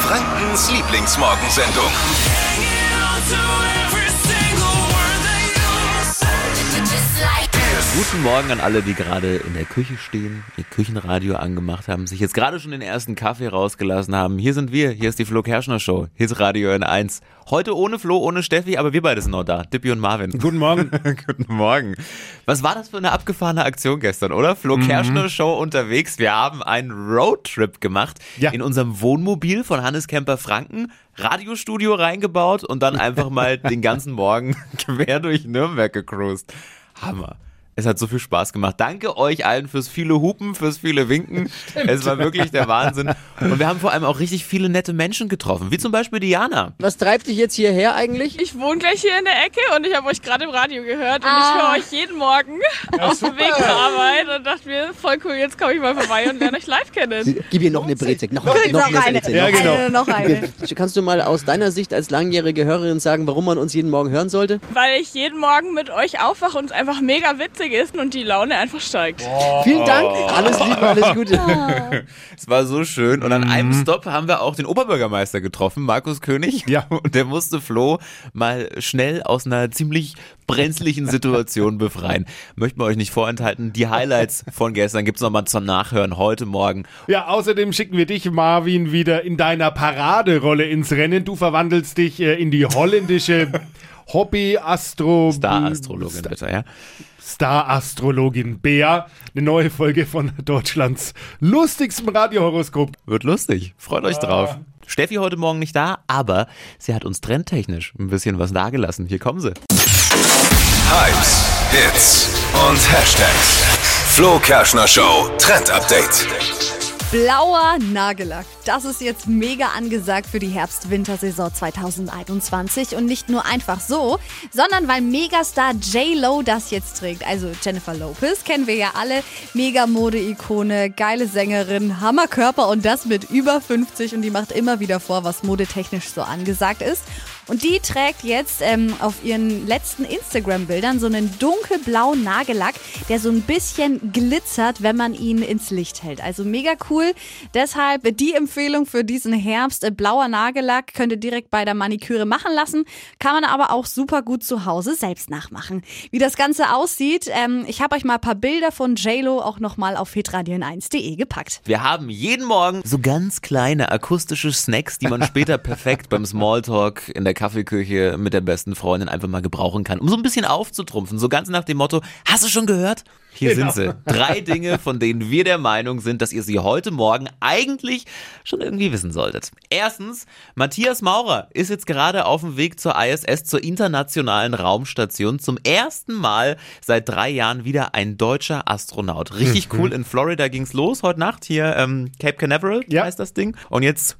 Frankens Lieblingsmorgensendung. Guten Morgen an alle, die gerade in der Küche stehen, ihr Küchenradio angemacht haben, sich jetzt gerade schon den ersten Kaffee rausgelassen haben. Hier sind wir, hier ist die Flo Kerschner Show, hier ist Radio N1. Heute ohne Flo, ohne Steffi, aber wir beide sind noch da, Dippy und Marvin. Guten Morgen. Guten Morgen. Was war das für eine abgefahrene Aktion gestern, oder? Flo Mhm. Kerschner Show unterwegs. Wir haben einen Roadtrip gemacht Ja. in unserem Wohnmobil von Hannes Kemper Franken, Radiostudio reingebaut und dann einfach mal den ganzen Morgen quer durch Nürnberg gecruised. Hammer. Es hat so viel Spaß gemacht. Danke euch allen fürs viele Hupen, fürs viele Winken. Es war wirklich der Wahnsinn. Und wir haben vor allem auch richtig viele nette Menschen getroffen, wie zum Beispiel Diana. Was treibt dich jetzt hierher eigentlich? Ich wohne gleich hier in der Ecke und ich habe euch gerade im Radio gehört und ich höre euch jeden Morgen auf dem Weg zur Arbeit und dachte mir, voll cool, jetzt komme ich mal vorbei und lerne euch live kennen. Gib ihr noch eine Brezel. Noch, noch, noch eine Brezel. Ja, Noch. genau. Eine, noch eine. Kannst du mal aus deiner Sicht als langjährige Hörerin sagen, warum man uns jeden Morgen hören sollte? Weil ich jeden Morgen mit euch aufwache und es einfach mega witzig ist und die Laune einfach steigt. Vielen Dank. Alles Liebe, alles Gute. Es war so schön. Und an einem Stop haben wir auch den Oberbürgermeister getroffen, Markus König. Ja. Und der musste Flo mal schnell aus einer ziemlich brenzlichen Situation befreien. Möchten wir euch nicht vorenthalten. Die Highlights von gestern gibt's nochmal zum Nachhören heute Morgen. Ja, außerdem schicken wir dich, Marvin, wieder in deiner Paraderolle ins Rennen. Du verwandelst dich äh, in die holländische Hobby-Astro... Star-Astrologin, bitte, ja. Star-Astrologin Bea. Eine neue Folge von Deutschlands lustigstem Radiohoroskop. Wird lustig. Freut euch drauf. Steffi heute Morgen nicht da, aber sie hat uns trendtechnisch ein bisschen was dagelassen. Hier kommen sie. Hypes, Hits und Hashtags. Flo Kerschner Show Trend Update. Blauer Nagellack. Das ist jetzt mega angesagt für die Herbst-Wintersaison 2021 und nicht nur einfach so, sondern weil Megastar J-Lo das jetzt trägt. Also Jennifer Lopez kennen wir ja alle, mega Mode-Ikone, geile Sängerin, Hammerkörper und das mit über 50 und die macht immer wieder vor, was modetechnisch so angesagt ist. Und die trägt jetzt ähm, auf ihren letzten Instagram-Bildern so einen dunkelblauen Nagellack, der so ein bisschen glitzert, wenn man ihn ins Licht hält. Also mega cool. Deshalb die Empfehlung für diesen Herbst. Äh, blauer Nagellack könnt ihr direkt bei der Maniküre machen lassen. Kann man aber auch super gut zu Hause selbst nachmachen. Wie das Ganze aussieht, ähm, ich habe euch mal ein paar Bilder von JLo auch nochmal auf hitradion1.de gepackt. Wir haben jeden Morgen so ganz kleine akustische Snacks, die man später perfekt beim Smalltalk in der Kaffeeküche mit der besten Freundin einfach mal gebrauchen kann, um so ein bisschen aufzutrumpfen. So ganz nach dem Motto, hast du schon gehört? Hier sind sie. Drei Dinge, von denen wir der Meinung sind, dass ihr sie heute Morgen eigentlich schon irgendwie wissen solltet. Erstens, Matthias Maurer ist jetzt gerade auf dem Weg zur ISS, zur Internationalen Raumstation. Zum ersten Mal seit drei Jahren wieder ein deutscher Astronaut. Richtig cool. In Florida ging's los heute Nacht. Hier ähm, Cape Canaveral Ja. heißt das Ding. Und jetzt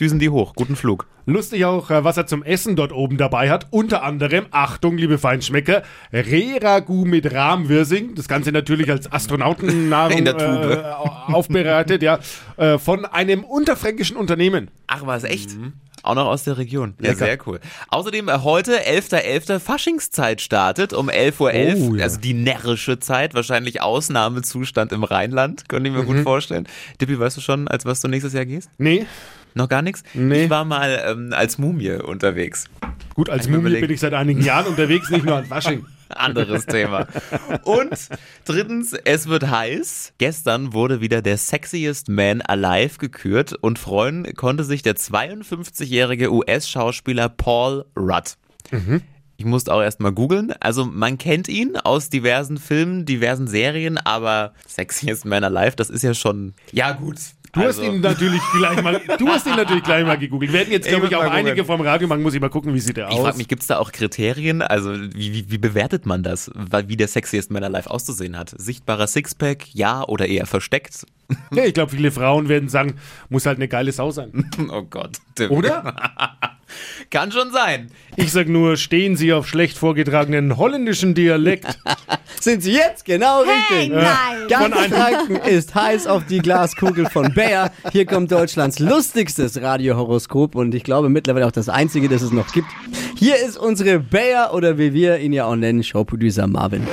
düsen die hoch. Guten Flug. Lustig auch, äh, was er zum Essen dort oben dabei hat. Unter anderem, Achtung, liebe Feinschmecker, Reragu mit Rahmwirsing. Das Ganze natürlich als Astronautennahrung In der Tube. Äh, au- aufbereitet, ja. Äh, von einem unterfränkischen Unternehmen. Ach, war es echt? Mhm. Auch noch aus der Region. Ja, Lecker. sehr cool. Außerdem äh, heute, 11.11. Faschingszeit startet um 11.11 Uhr, Oh, ja. also die närrische Zeit, wahrscheinlich Ausnahmezustand im Rheinland, könnte ich mir gut vorstellen. Dippi, weißt du schon, als was du nächstes Jahr gehst? Nee, Noch gar nichts? Nee. Ich war mal ähm, als Mumie unterwegs. Gut, als Hab ich mir Mumie überlegt. bin ich seit einigen Jahren unterwegs, nicht nur an Fasching. Anderes Thema. Und drittens, es wird heiß. Gestern wurde wieder der Sexiest Man Alive gekürt und freuen konnte sich der 52-jährige US-Schauspieler Paul Rudd. Mhm. Ich musste auch erstmal googeln. Also man kennt ihn aus diversen Filmen, diversen Serien, aber Sexiest Man Alive, das ist ja schon... Ja gut. Du Also. hast ihn natürlich gleich mal, du hast ihn natürlich gleich mal gegoogelt. Wir hätten jetzt, Ich glaube muss ich, auch mal googeln. einige vom Radio machen, muss ich mal gucken, wie sieht der Ich aus. frage mich, gibt es da auch Kriterien? Also wie, wie, wie bewertet man das, weil- wie der Sexiest Man Alive auszusehen hat? Sichtbarer Sixpack, ja oder eher versteckt? ja, ich glaube, viele Frauen werden sagen, muss halt eine geile Sau sein. Oh Gott. Tim. Oder? Kann schon sein. Ich sag nur, stehen Sie auf schlecht vorgetragenen holländischen Dialekt. Sind Sie jetzt genau Hey, richtig? nein! Ganz Franken ist heiß auf die Glaskugel von Bayer. Hier kommt Deutschlands lustigstes Radiohoroskop und ich glaube mittlerweile auch das einzige, das es noch gibt. Hier ist unsere Bayer oder wie wir ihn ja auch nennen, Showproducer Marvin.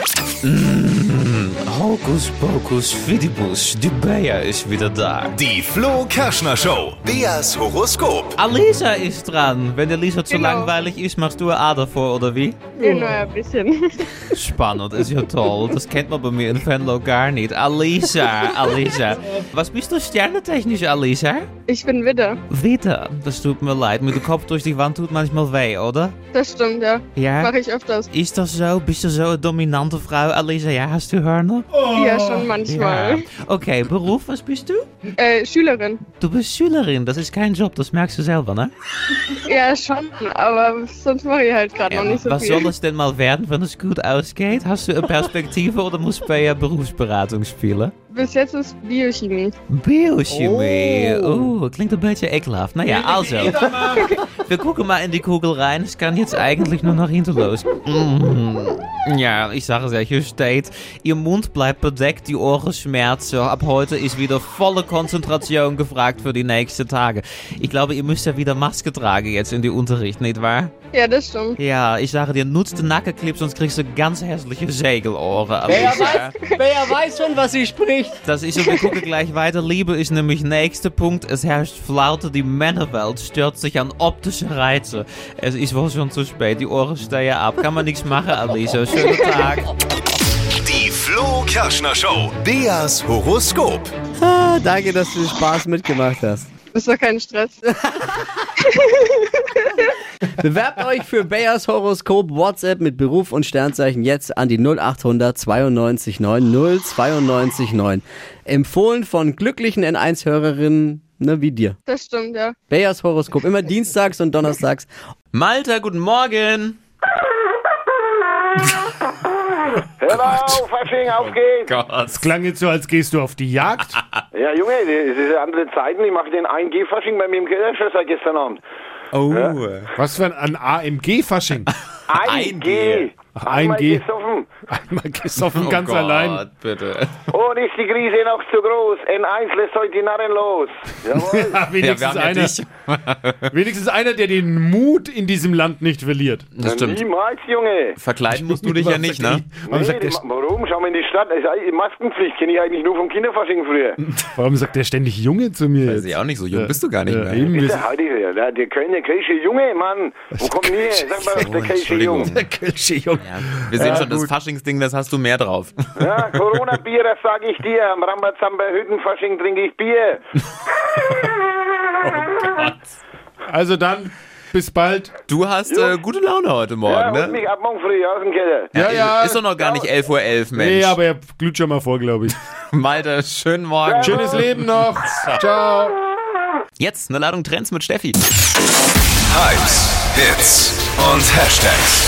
Hokus Pokus Fidibus, die Bayer ist wieder da. Die Flo Kerschner Show. Beas Horoskop. Alisa ist dran. Wenn der Lisa zu Genau. langweilig ist, machst du eine Ader vor, oder wie? Genau, ein bisschen. Spannend, ist ja toll. Das kennt man bei mir in Venlo gar nicht. Alisa, Alisa. Was bist du sternentechnisch, Alisa? Ich bin Widder. Wieder. Das tut mir leid. Mit dem Kopf durch die Wand tut manchmal weh, oder? Das stimmt, ja. Ja. Mache ich öfters. Ist das so? Bist du so eine dominante Frau, Alisa? Ja, hast du Hörner? Ja, Oh, schon manchmal. Okay, Beruf, was bist du? Äh, Schülerin. Du bist Schülerin, das ist kein Job, das merkst du selber, ne? Ja, schon, aber sonst mache ich halt gerade noch nicht so was viel. soll das denn mal werden, wenn es gut ausgeht? Hast du eine Perspektive oder musst du bei der Berufsberatung spielen? Bis jetzt ist Biochemie. Biochemie. Oeh, Oh, klinkt een beetje ekelhaft. Nou ja, also. We gucken mal in die Kugel rein. dus Es kann jetzt eigentlich nur noch hinterlos. Mm. Ja, ich sage es ja, hier steht, ihr Mund bleibt bedeckt, die Ohren schmerzen. Ab heute ist wieder volle Konzentration gefragt für die nächsten Tage. Ich glaube, ihr müsst ja wieder Maske tragen jetzt in die Unterricht, nicht wahr? Ja, das stimmt. Ja, ich sage dir, nutzt den Nackenclip, sonst kriegst du ganz hässliche Segelohren. Alicia. Wer weiß schon, was sie spricht. Das ist, und wir gucken gleich weiter. Liebe ist nämlich nächster Punkt. Es herrscht Flaute, die Männerwelt stört sich an optische Reize. Es ist wohl schon zu spät, die Ohren stehen ab. Kann man nichts machen, Alisa. Schönen Tag. Die Flo Kerschner Show. Beas Horoskop. Ah, danke, dass du Spaß mitgemacht hast. Ist doch kein Stress. Bewerbt euch für Bayers Horoskop WhatsApp mit Beruf und Sternzeichen jetzt an die 0800 92 9 092 9. Empfohlen von glücklichen N1-Hörerinnen ne, wie dir. Das stimmt, ja. Bayers Horoskop immer dienstags und donnerstags. Malta, guten Morgen. Hör mal auf, Fasching, auf geht's! Gott. Klang jetzt so, als gehst du auf die Jagd. Ja, Junge, es ist andere Zeiten. Ich mache den 1G-Fasching bei mir im Keller schon seit gestern Abend. Oh. Was für ein AMG-Fasching. 1G! Ach, Einmal 1G. gesoffen. Einmal Oh gesoffen, ganz allein. bitte. Und ist die Krise noch zu groß? N1 lässt heute die Narren los. Jawohl. Ja, wenigstens, einer, wenigstens einer, der den Mut in diesem Land nicht verliert. Das stimmt. Niemals, Junge. Verkleiden musst du dich ja nicht, ne? Warum Nee, sagt, die, der, ma- warum? Schau mal in die Stadt. Es ist Maskenpflicht. Kenne ich eigentlich nur vom Kinderfasching früher. warum sagt der ständig Junge zu mir? Weiß ich jetzt? auch nicht, so jung bist du gar nicht Ja, mehr. eben, wir Ist sind- der heutige, der, der Kölner Kölsche Junge, Mann. Wo kommt denn her? Sag mal, Oh, der Kölsche Entschuldigung. Junge. Der Kölsche Junge. Ja, wir sehen schon, das Faschingsding, das hast du mehr drauf. Ja, Corona-Bier, das sag ich dir. Am Rambazamba Hüttenfasching trinke ich Bier. Also dann, bis bald. Du hast äh, gute Laune heute Ja, Morgen, holt ne? mich ab morgen früh aus dem Keller. Ja, ja. Ist doch noch gar nicht 11.11 Uhr, Mensch. Nee, aber er glüht schon mal vor, glaube ich. Malte, schönen Morgen. Schönes Leben noch. Ciao. Jetzt eine Ladung Trends mit Steffi. Hypes, Hits und Hashtags.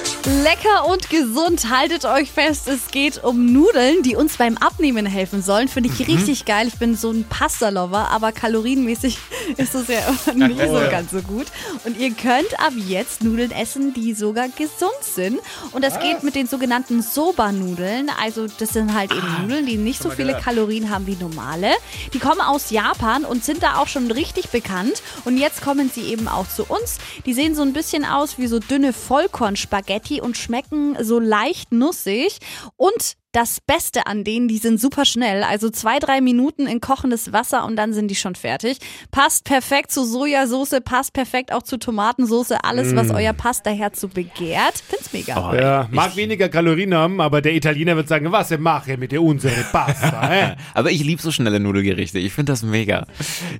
Lecker und gesund, haltet euch fest, es geht um Nudeln, die uns beim Abnehmen helfen sollen. Finde ich richtig geil. Ich bin so ein Pasta-Lover, aber kalorienmäßig ist das ja nicht so ganz so gut. Und ihr könnt ab jetzt Nudeln essen, die sogar gesund sind. Und das geht mit den sogenannten Soba-Nudeln. Also das sind halt eben Nudeln, die nicht so viele Kalorien haben wie normale. Die kommen aus Japan und sind da auch schon richtig bekannt. Und jetzt kommen sie eben auch zu uns. Die sehen so ein bisschen aus wie so dünne Vollkornspaghetti und schmecken so leicht nussig. Und das Beste an denen, die sind super schnell. Also zwei, drei Minuten in kochendes Wasser und dann sind die schon fertig. Passt perfekt zu Sojasauce, passt perfekt auch zu Tomatensauce. Alles, was euer Pastaherz so begehrt. Find's mega. Ja, mag weniger Kalorien haben, aber der Italiener wird sagen, was mache mit der unsere Pasta? hä? Aber ich liebe so schnelle Nudelgerichte. Ich finde das mega.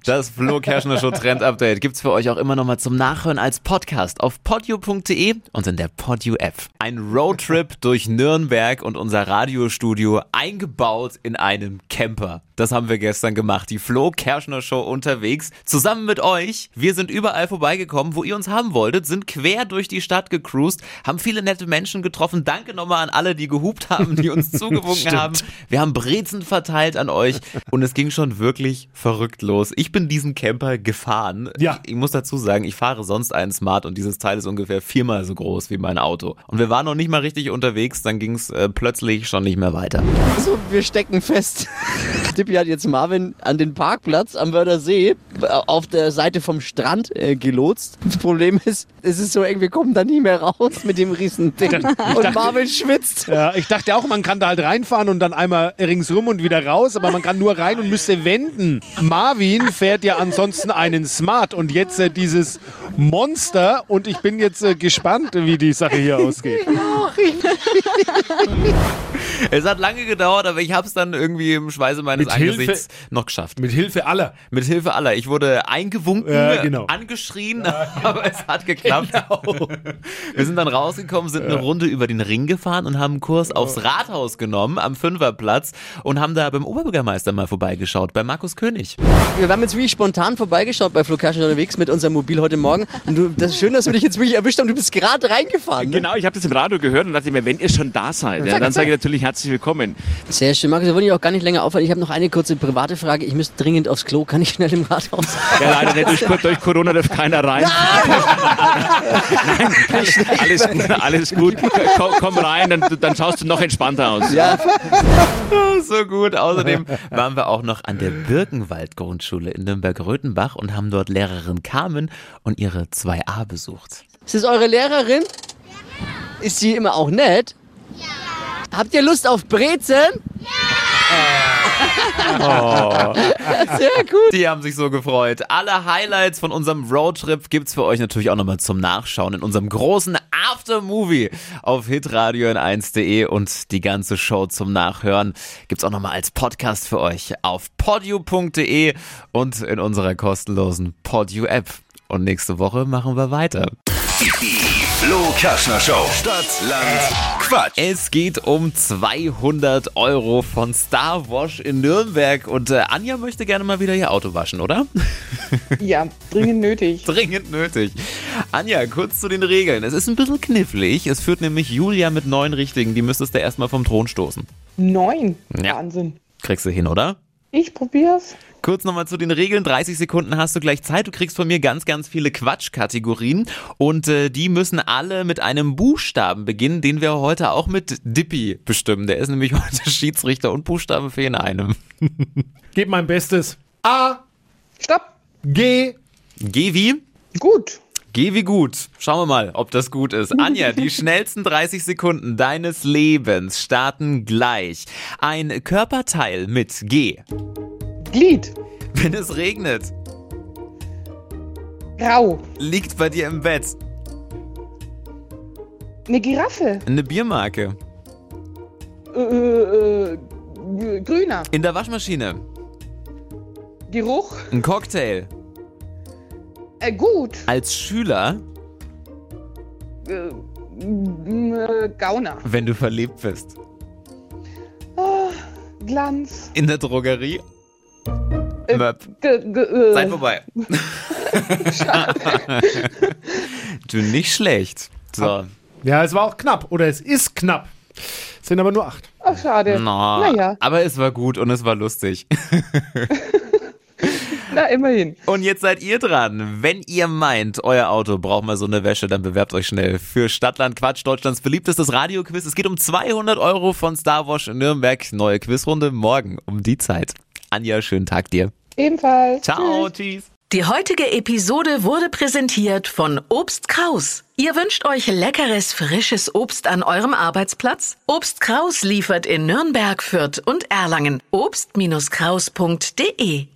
Das Flo Kerschner Show Trend Update gibt's für euch auch immer nochmal zum Nachhören als Podcast auf podio.de und in der Podio App. Ein Roadtrip durch Nürnberg und unser Radiostudio eingebaut in einem Camper. Das haben wir gestern gemacht. Die Flo Kerschner Show unterwegs. Zusammen mit euch. Wir sind überall vorbeigekommen, wo ihr uns haben wolltet, sind quer durch die Stadt gecruised, haben viele nette Menschen getroffen. Danke nochmal an alle, die gehupt haben, die uns zugewunken haben. Wir haben Brezen verteilt an euch und es ging schon wirklich verrückt los. Ich bin diesen Camper gefahren. Ja. Ich, ich muss dazu sagen, ich fahre sonst einen Smart und dieses Teil ist ungefähr viermal so groß wie mein Auto. Und wir waren noch nicht mal richtig unterwegs, dann ging es äh, plötzlich schon nicht mehr weiter. So, wir stecken Also, fest. Die Beispiel hat jetzt Marvin an den Parkplatz am Wördersee äh, auf der Seite vom Strand äh, gelotst. Das Problem ist, es ist so eng, wir kommen da nie mehr raus mit dem Riesending. Und Marvin schwitzt. Ja, ich dachte auch, man kann da halt reinfahren und dann einmal ringsrum und wieder raus, aber man kann nur rein und müsste wenden. Marvin fährt ja ansonsten einen Smart und jetzt äh, dieses Monster und ich bin jetzt äh, gespannt, wie die Sache hier ausgeht. Es hat lange gedauert, aber ich habe es dann irgendwie im Schweiße meines Mit Hilfe- Angesichts noch geschafft. Mit Hilfe aller. Mit Hilfe aller. Ich wurde eingewunken, Ja, genau. angeschrien, aber es hat geklappt. Wir sind dann rausgekommen, sind eine Runde über den Ring gefahren und haben einen Kurs aufs Rathaus genommen am Fünferplatz und haben da beim Oberbürgermeister mal vorbeigeschaut, bei Markus König. Wir haben jetzt wirklich spontan vorbeigeschaut bei Flokaschen unterwegs mit unserem Mobil heute Morgen. Und du, das ist schön, dass wir dich jetzt wirklich erwischt haben. Du bist gerade reingefahren. Ne? Genau, ich habe das im Radio gehört und dachte mir, wenn ihr schon da seid, ja, dann sage ich natürlich herzlich willkommen. Sehr schön, Markus. Da wollte ich auch gar nicht länger aufhalten. Ich habe noch eine kurze private Frage. Ich müsste dringend aufs Klo. Kann ich schnell im Rathaus? Ja, leider nicht. Durch, durch Corona darf keiner rein. Nein, alles, alles gut. Komm, komm rein, dann, dann schaust du noch entspannter aus. Ja, So gut. Außerdem waren wir auch noch an der Birkenwald-Grundschule in Nürnberg-Röthenbach und haben dort Lehrerin Carmen und ihre 2a besucht. Ist das eure Lehrerin? Ja. Ist sie immer auch nett? Ja. Habt ihr Lust auf Brezen? Ja. Sehr gut. Die haben sich so gefreut. Alle Highlights von unserem Roadtrip gibt's für euch natürlich auch nochmal zum Nachschauen in unserem großen Aftermovie auf hitradio n1.de und die ganze Show zum Nachhören gibt's auch nochmal als Podcast für euch auf podio.de und in unserer kostenlosen Podio-App. Und nächste Woche machen wir weiter. Die Flo Kaschner Show. Stadt, Land, Quatsch. Es geht um 200 Euro von Star Wash in Nürnberg und äh, Anja möchte gerne mal wieder ihr Auto waschen, oder? Ja, dringend nötig. Dringend nötig. Anja, kurz zu den Regeln. Es ist ein bisschen knifflig. Es führt nämlich Julia mit neun Richtigen. Die müsstest du erstmal vom Thron stoßen. Neun. Ja. Wahnsinn. Kriegst du hin, oder? Ich probier's. Kurz nochmal zu den Regeln. 30 Sekunden hast du gleich Zeit. Du kriegst von mir ganz, ganz viele Quatschkategorien. Und äh, die müssen alle mit einem Buchstaben beginnen, den wir heute auch mit Dippy bestimmen. Der ist nämlich heute Schiedsrichter und Buchstabenfee in einem. Gib mein Bestes. A, Stopp. G, Geh wie? Gut. Geh wie gut. Schauen wir mal, ob das gut ist. Anja, die schnellsten 30 Sekunden deines Lebens starten gleich. Ein Körperteil mit G. Glied. Wenn es regnet, Grau. liegt bei dir im Bett. Eine Giraffe. Eine Biermarke. Äh, äh, äh, grüner. In der Waschmaschine. Geruch. Ein Cocktail. Äh, gut. Als Schüler, Äh, m- äh, Gauner. wenn du verliebt bist. Ah, Glanz. In der Drogerie. Äh, Möp. Ge ge Seid äh, vorbei. du nicht schlecht. So. Ja, es war auch knapp. Oder es ist knapp. Es sind aber nur acht. ach, schade. Na, Naja, Aber es war gut und es war lustig. na immerhin. Und jetzt seid ihr dran. Wenn ihr meint, euer Auto braucht mal so eine Wäsche, dann bewerbt euch schnell für Stadtland Quatsch, Deutschlands beliebtestes Radioquiz. Es geht um 200 Euro von Star Wars in Nürnberg. Neue Quizrunde morgen um die Zeit. Anja, schönen Tag dir. Ebenfalls. Ciao, tschüss. Die heutige Episode wurde präsentiert von Obst Kraus. Ihr wünscht euch leckeres, frisches Obst an eurem Arbeitsplatz? Obst Kraus liefert in Nürnberg, Fürth und Erlangen. Obst-Kraus.de